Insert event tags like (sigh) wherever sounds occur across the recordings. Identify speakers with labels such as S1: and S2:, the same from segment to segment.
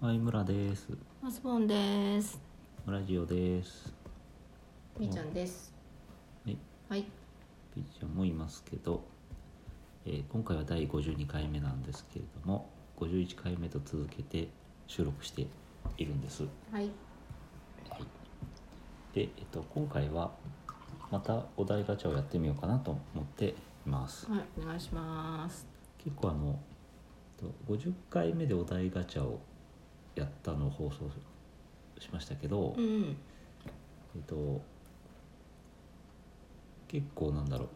S1: はい、村です。
S2: マスボンです。
S1: ラジオです。
S2: みーちゃんです。
S1: はい、
S2: はい。
S1: ピッチャーもいますけど、えー今回は第52回目なんですけれども、51回目と続けて収録しているんです。は
S2: はい。
S1: い。で、えっと今回はまたお題ガチャをやってみようかなと思っています。
S2: はい、お願いします。
S1: 結構あのえっと50回目でお題ガチャをやったのを放送しましたけど、
S2: うん。
S1: えっと結構なんだろう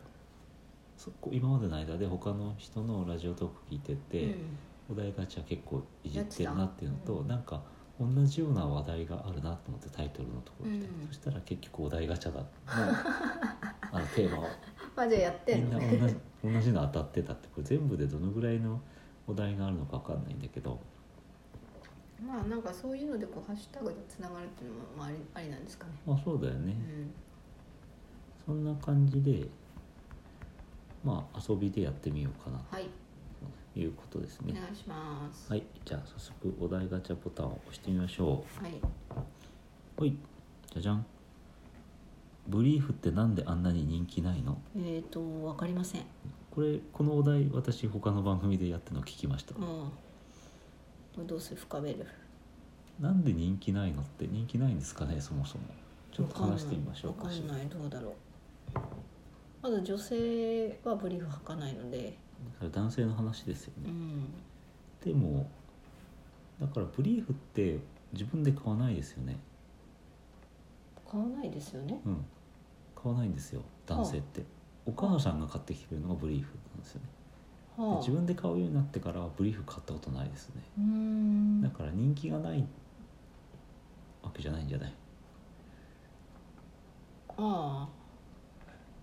S1: そこ今までの間で他の人のラジオトーク聞いて
S2: う
S1: て、
S2: ん
S1: お題ガチャ結構いじってる
S2: や
S1: な
S2: っ
S1: ってて
S2: た
S1: いうのと、
S2: う
S1: なんか同じような話題があるなと思ってタイトルのところ来て、
S2: うん
S1: そしたら結局お題ガチャだ
S2: (laughs)
S1: のあのテーマを
S2: まあ、じゃあやって
S1: み
S2: ん
S1: ん
S2: の
S1: な
S2: ね。
S1: 同じ同じの当たってたってこれ全部でどのぐらいのお題があるのか分かんないんだけど
S2: まあ、なんかそういうので、こうハッシュタグでつながるっていうのも、まあ、あり、ありなんですかね。
S1: まあそうだよね、
S2: う
S1: そ
S2: ん。
S1: んな感じでまあ遊びでやってみようかな
S2: はい。
S1: ということです
S2: お
S1: ね。
S2: 願いします。
S1: はい、じゃあ早速お題ガチャボタンを押してみましょ
S2: はい。
S1: う。はい、じゃじゃん。ブリーフってなんであんなに人気ないの？
S2: えっと、わかりません。
S1: これこのお題私他の番組でやってるの聞きました。
S2: うん。これどうする、深める。
S1: なんで人気ないのって人気ないんですかねそもそも。ちょっと話してみましょう
S2: わかんない、どうだろう。まず女性はブリーフ履かないので。
S1: だから男性の話ですよ
S2: う
S1: ね。
S2: ん。
S1: でもだからブリーフって自分で買わないですよね。
S2: 買わないですよね。
S1: うん、買わないんですよ男性って。お母さんが買ってきてくれるのがブリーフなんですよね。で
S2: は
S1: 自分で買うようになってからはブリーフ買ったことないですね。
S2: うーん
S1: だから人気がないわけじゃないんじゃない
S2: ああ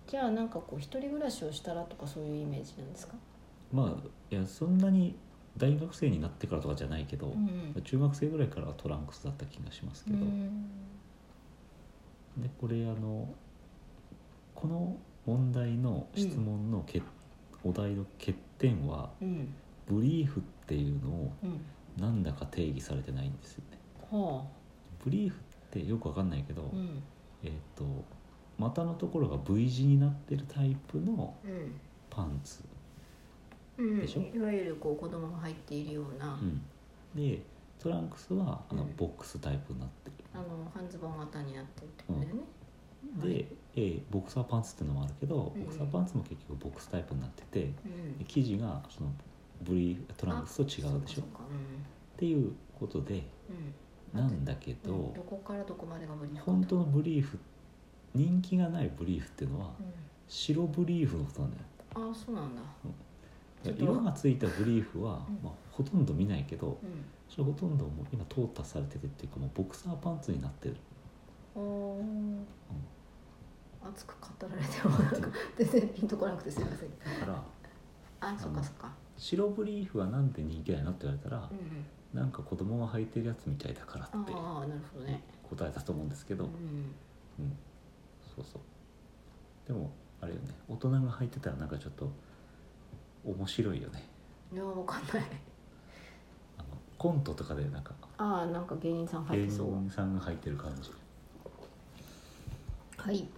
S2: じゃあなんかこう一人暮らしをしたらとかそういうイメージなんですか、
S1: まあいやそんなに大学生になってからとかじゃないけど、
S2: ん
S1: 中学生ぐらいからはトランクスだった気がしますけど、でこれあのこの問題の質問のけ、お題の欠点は
S2: うん
S1: ブリーフっていうのを
S2: うん
S1: なんだか定義されてないんですよね。
S2: は
S1: ブリーフってよくわかんないけど、
S2: あうん
S1: えっ、と股のところが V 字になってるタイプの
S2: うん
S1: パンツ
S2: うん
S1: でしょ
S2: いわゆるこう子供が入っているような、
S1: でトランクスはあの
S2: うん
S1: ボックスタイプになって
S2: あの半ズボン型になってるってことだよね、
S1: る、で、えーボクサーパンツっていうのもあるけどボ
S2: うん
S1: クサーパンツも結局ボックスタイプになっててで
S2: うん
S1: 生地がそのブリトランクスと違うでしょっ
S2: そか
S1: ていうことで
S2: そうかうん
S1: なんだけ
S2: うんうん
S1: ど
S2: どこからどこまでが無理なのか
S1: 本当のブリーフ人気がないブリーフっていうのは白ブリーフのことなんだよ
S2: うん、ああそうなんだちょっと
S1: 色がついたブリーフは
S2: うん、
S1: まあ、ほとんど見ないけど
S2: うん
S1: それほとんどもう今淘汰されてるっていうかもうボクサーパンツになってる
S2: おー熱く語られてもなんか全然ピンとこなくてすいません
S1: だから
S2: (laughs) あそっかそっか
S1: 白ブリーフはなんで人気ないのって言われたら
S2: う、ん
S1: なんか子供が履いてるやつみたいだからって
S2: ああなるほどね
S1: 答えたと思うんですけ
S2: う
S1: ど、
S2: ん
S1: うんそうそうでもあれよね大人が履いてたらなんかちょっと面白いよね
S2: いやわかんない
S1: あのコントとかでなんか
S2: (laughs) ああなんか芸人さん入っ
S1: 芸
S2: てそう
S1: 人さんが履いてる感じ
S2: はい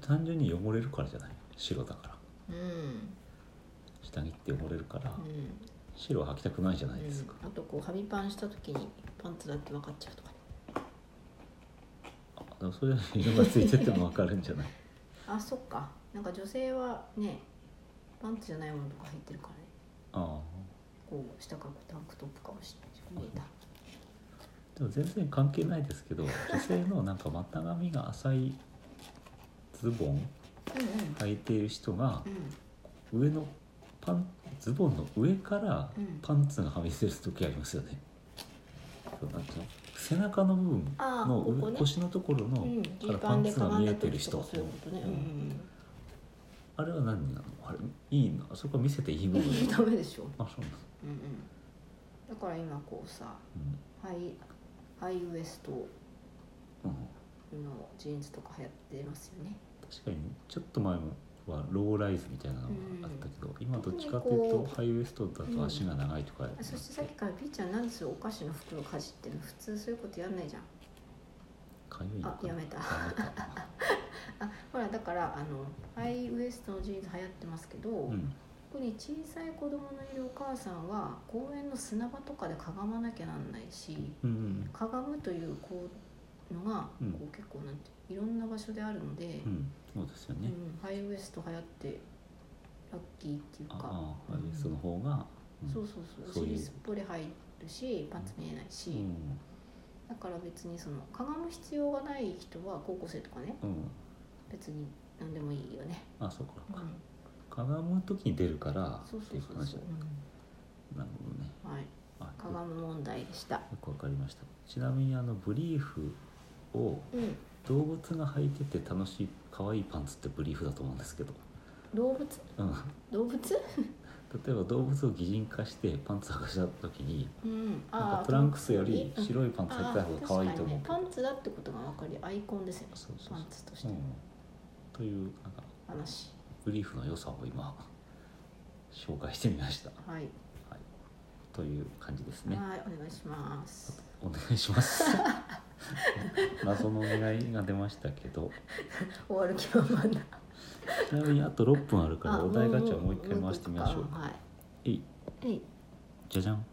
S1: 単純に汚れるからじゃない白だから
S2: うん
S1: 下着って汚れるから
S2: うん、
S1: 白は履きたくないじゃ
S2: う
S1: ないです
S2: ん
S1: か、、
S2: あとこうハビパンした時にパンツだって分かっちゃうとかね
S1: あでもそれは色がついてても分かるんじゃ
S2: (laughs)
S1: ない
S2: あそっかなんか女性はねパンツじゃないものとか入ってるからね
S1: ああ
S2: こう下からこうタンクトップかもしれない見えた
S1: でも全然関係ないですけど女性のなんか股上が浅いズボン
S2: うん
S1: 履いている人が
S2: うん
S1: 上のパンズボンの上から
S2: うん
S1: パンツがはみ出る時ありますよね。そうなんていうの背中の部分
S2: あー
S1: の
S2: ここ
S1: 上
S2: ね
S1: 腰のところの
S2: うんジ
S1: から
S2: ー
S1: パ
S2: パン
S1: ン
S2: で
S1: ツ
S2: か
S1: が
S2: ばん
S1: 見
S2: だ
S1: えてる
S2: 時と
S1: 人
S2: かそういうことね
S1: う
S2: うんうん
S1: んあれは何なのあれいいのあそこは見せていい部
S2: うん
S1: 分
S2: いい
S1: な
S2: (laughs) ダ
S1: の
S2: メでしょ
S1: あそうなの
S2: うんうんだから今こうさハイハイウエスト
S1: うん、うん
S2: のジーンズとか流行ってますよね
S1: 確かにちょっと前もはローライズみたいなのがあったけど、今どっちかっていうと
S2: こう
S1: ハイウエストだと足が長いとか、
S2: そしてさっきからピーちゃんなんでそれお菓子の袋かじってんの普通そういうことやんないじゃん
S1: かゆいの
S2: あ
S1: かな
S2: やめた
S1: やめた
S2: あほらだからあのハイウエストのジーンズ流行ってますけど、
S1: うん
S2: 特に小さい子供のいるお母さんは公園の砂場とかでかがまなきゃなんないし
S1: うん
S2: かがむというこうのが、
S1: うん
S2: こう結構なんていろんな場所であるので、
S1: うんうんそうですよ
S2: う
S1: ね、
S2: んハイウエスト流行ってラッキーっていうか
S1: ああハイウエストの方が、うん、
S2: そうそうそう
S1: そう
S2: お
S1: いう
S2: 尻すっぽり入るしパンツ見えないし、
S1: うん
S2: だから別にそのかがむ必要がない人は高校生とかね
S1: うん
S2: 別に何でもいいよね、
S1: あそうかそう
S2: う
S1: か、
S2: ん
S1: かがむ時に出るから
S2: そう
S1: っ
S2: そ
S1: て
S2: う
S1: いう
S2: そう
S1: 話
S2: そう
S1: だ、なるほどね
S2: うんはい
S1: あ
S2: かがむ問題でした
S1: よくわかりましたちなみにあのブリーフを
S2: うん
S1: 動物が履いてて楽しい可愛いパンツってブリーフだと思うんですけど、
S2: 動物
S1: うん、
S2: 動物
S1: 例えば動物を擬人化してパンツ剥がした時に
S2: うん
S1: なん
S2: あ
S1: か
S2: ー
S1: トランクスより
S2: うん
S1: 白いパンツ履いてた方が可愛いと思う
S2: あ
S1: け
S2: ー確か
S1: ど、
S2: にね、パンツだってことが分かりアイコンですよね
S1: そうそうそう
S2: パンツとして
S1: う
S2: の
S1: ん、というなんか
S2: 話、
S1: ブリーフの良さを今紹介してみました、
S2: はい、
S1: はい、という感じですね
S2: はいお願いします
S1: お願いします (laughs) 謎のお願いが出ましたけど
S2: 終わる気はまだ
S1: ちなみにあと6分あるから
S2: あ
S1: お題ガチャをもう一回回してみましょう
S2: も一個
S1: か
S2: かはい
S1: えい
S2: えい
S1: じゃじゃん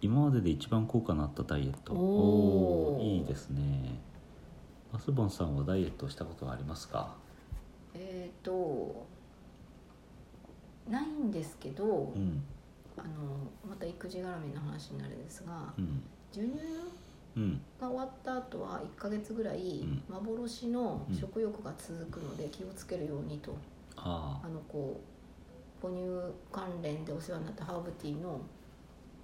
S1: 今までで一番効果のあったダイエット
S2: おー
S1: おーいいですねマスボンさんはダイエットしたことはありますか
S2: えっ、とないんですけど、
S1: うん
S2: あのまた育児絡みの話になるんですが
S1: うん
S2: 授乳
S1: うん
S2: が終わった後は1ヶ月ぐらい
S1: うん
S2: 幻の
S1: うん
S2: 食欲が続くので気をつけるようにと
S1: あ
S2: あ
S1: あ
S2: のこう母乳関連でお世話になったハーブティーの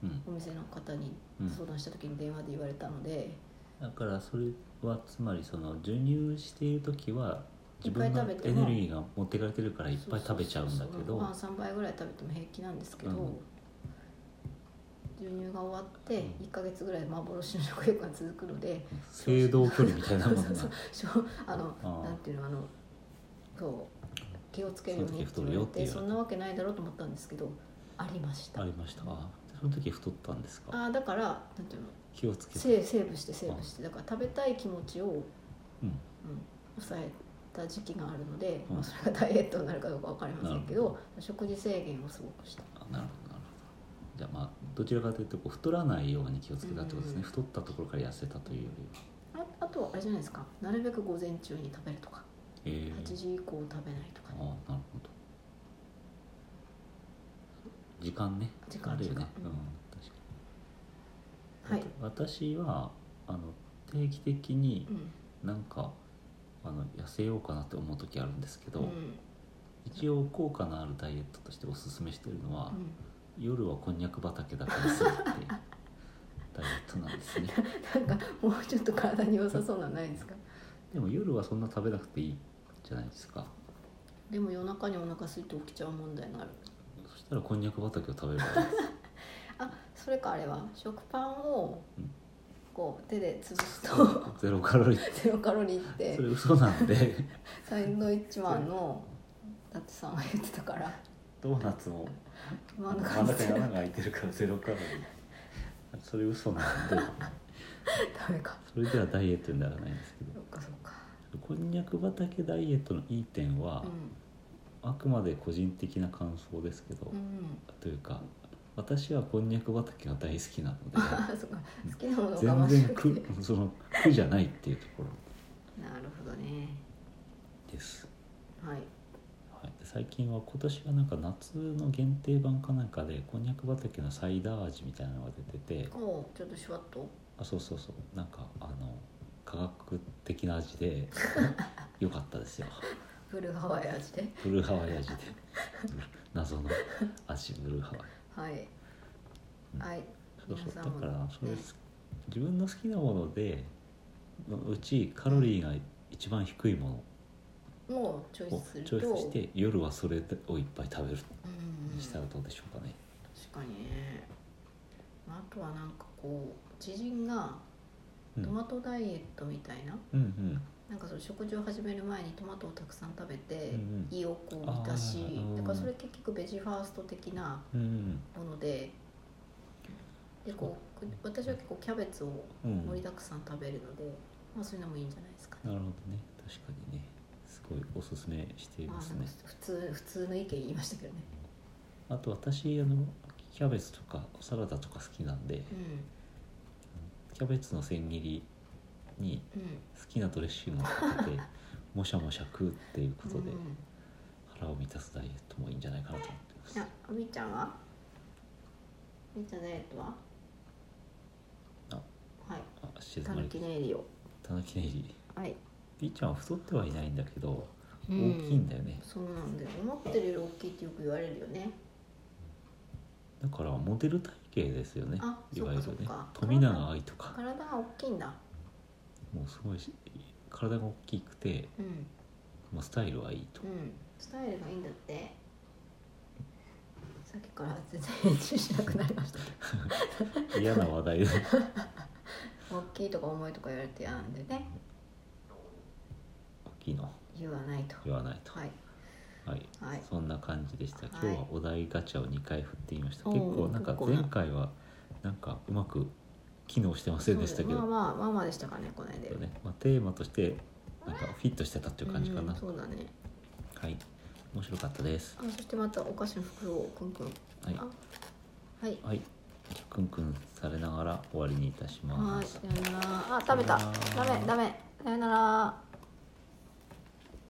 S1: うん
S2: お店の方に
S1: うん
S2: 相談した時に電話で言われたので、
S1: だからそれはつまりその授乳している時は自分
S2: いっ
S1: の
S2: ぱ
S1: エ
S2: い食べても
S1: ネルギーが持ってかれてるからいっぱい食べちゃうんだけど
S2: まあ3倍ぐらい食べても平気なんですけど、
S1: うん
S2: 授乳が終わって
S1: うん
S2: 1ヶ月ぐらい幻の食欲が続くので、
S1: 制動距離みたいなものが
S2: そうそうそうあの
S1: あー
S2: なんていうのあのそう気をつけるようにって
S1: そう
S2: 言わ
S1: いう時太るよ
S2: れ
S1: って言
S2: て
S1: われた
S2: そんなわけないだろうと思ったんですけどありました
S1: ありましたあーその時太ったんですか
S2: あーだからなんていうの
S1: 気をつけて
S2: セーセーブしてセーブしてだから食べたい気持ちを、うん、
S1: うん
S2: 抑えた時期があるので、
S1: うん
S2: まあ、それがダイエットになるかどうか分かりませんけ
S1: な
S2: ど食事制限をすごくした
S1: あなるほどなるほどじゃあまあどちらかというとこう太らないように気をつけたってことですね、
S2: うん
S1: 太ったところから痩せたというよ
S2: ああとはあれじゃないですかなるべく午前中に食べるとか
S1: りはえ
S2: 8
S1: ー、
S2: 時以降食べないとか
S1: ああなるほど時間ね
S2: 時間
S1: あるよねう
S2: 時
S1: ん、
S2: 間うん
S1: 確か
S2: はい
S1: に、わた私はあの定期的に
S2: うん
S1: なんかあの痩せようかなって思う時あるんですけど、
S2: うん
S1: 一応効果のあるダイエットとしておすすめしてるのは、
S2: うん
S1: 夜はこんにゃく畑だからするっていう (laughs) ダイエットなんですね
S2: なんかもうちょっと体に良さそうなのないですか
S1: でも夜はそんな食べなくていいじゃないですか
S2: でも夜中にお腹空いて起きちゃう問題がある
S1: そしたらこんにゃく畑を食べ
S2: (laughs)
S1: ればいい
S2: あそれかあれは食パンを
S1: うん
S2: こう手で潰すと
S1: ゼロカロリー
S2: (laughs) ゼロカロリーって
S1: それ嘘なんで
S2: サンドイッチマンの伊達さんが言ってたから
S1: ドーナツも
S2: 真
S1: 真
S2: ん
S1: ん
S2: 中に
S1: 中に穴
S2: 食
S1: が開いてるからゼロカロリーそれ嘘なんで
S2: べか
S1: それではダイエットにならないんですけ
S2: そっかそっか
S1: どこんにゃく畑ダイエットのいい点は、
S2: う
S1: あくまで個人的な感想ですけど、
S2: んうん
S1: というか私はこんにゃく畑が大好きなの
S2: (laughs)
S1: で (laughs)
S2: あそっか好きなものが
S1: 全
S2: 面
S1: 然
S2: 白く
S1: 苦 (laughs)
S2: て
S1: その苦じゃないっていうところ
S2: なるほどね
S1: です
S2: はい
S1: はい、最近は今年はなんか夏の限定版かなんかでこんにゃく畑のサイダー味みたいなのが出てて
S2: おおちょっとシュワッと
S1: あそうそうそうなんかあの科学的な味で
S2: (laughs)
S1: 良かったですよ
S2: ブルーハワイ味で
S1: ブルーハワイ味で謎の味ブルーハワイ
S2: はいはい
S1: そうそう
S2: 皆
S1: だ
S2: さんも
S1: からそれ、
S2: ね
S1: 自分の好きなものでのうちカロリーが一番低いも
S2: もうチ
S1: の
S2: ョイ
S1: を
S2: スする
S1: チ
S2: と
S1: ョイスして夜はそれをいっぱい食べる
S2: うんうん
S1: にしたらどうでしょうかね、
S2: 確かにねあとはなんかこう知人が
S1: うん、
S2: トマトダイエットみたいな
S1: うんうん
S2: なんかその食事を始める前にトマトをたくさん食べて
S1: うんうん
S2: 胃をこう満たし
S1: あー
S2: だからそれ結局ベジファースト的な
S1: うん
S2: ものででこうく私は結構キャベツを
S1: うん
S2: 盛りだくさん食べるので、まあ、そういうのもいいんじゃないですかね。
S1: なるほどね確かにねすごいおすすめしてい
S2: まあ、
S1: ます
S2: なんか
S1: ね
S2: 普通普通の意見言いましたけどね。
S1: あと私あのキャベツとかサラダとか好きなんで
S2: う
S1: キャベツの千切りに
S2: んうん。
S1: 好きなドレッシングをか
S2: (laughs)
S1: けてもしゃもしゃ食うっていうことで
S2: うん
S1: 腹を満たすダイエットもいいんじゃないかなと思ってます
S2: あ、おみーちゃんは。おみーちゃんダイエットは。
S1: あ
S2: はい。
S1: あ静
S2: た
S1: ま
S2: ぬ
S1: り
S2: きねえりを。
S1: たぬきねり
S2: はい。
S1: りーちゃんは太ってはいないんだけど
S2: う
S1: 大
S2: ん
S1: きいんだよね
S2: そうなんだよ。思ってるより大きいってよく言われるよね。
S1: だからモデル体型ですよね
S2: あ
S1: いわゆ
S2: そっ
S1: る
S2: かそっ
S1: ね
S2: か
S1: 富永愛とか
S2: 体が大きいんだ。
S1: もうすごいし体が大きくて、
S2: うん。
S1: まあ、スタイルはいいと
S2: うん。スタイルがいいんだって。さっきから全然編集しなくなり
S1: (laughs)
S2: ました。
S1: 嫌な話
S2: (laughs)
S1: 題で
S2: 大きいとか重いとか言われて嫌なんでね。
S1: 大きいの
S2: 言わないと。
S1: 言わないと
S2: はい。
S1: はい
S2: はい。
S1: そんな感じでした
S2: はい
S1: 今日はお題ガチャを2回振ってみました、
S2: おー
S1: 結構なんか
S2: 結構
S1: 前
S2: な
S1: 回はなんかうまく機能してませんでしたけど、
S2: まあまあ、まあまあでしたかね、この間。
S1: ねまあ、テーマとしてなんかフィットしてたっていう感じかな、
S2: うんそうだね。
S1: はい面白かったです
S2: あ、そしてまたお菓子の袋をくんくん。
S1: はい
S2: あはい。
S1: はいくんくんされながら終わりにいたし
S2: は
S1: ま
S2: い。
S1: す
S2: さよなら。あ、食べた
S1: さよ。な
S2: ダ
S1: ら
S2: メ、ダメ。さよなら。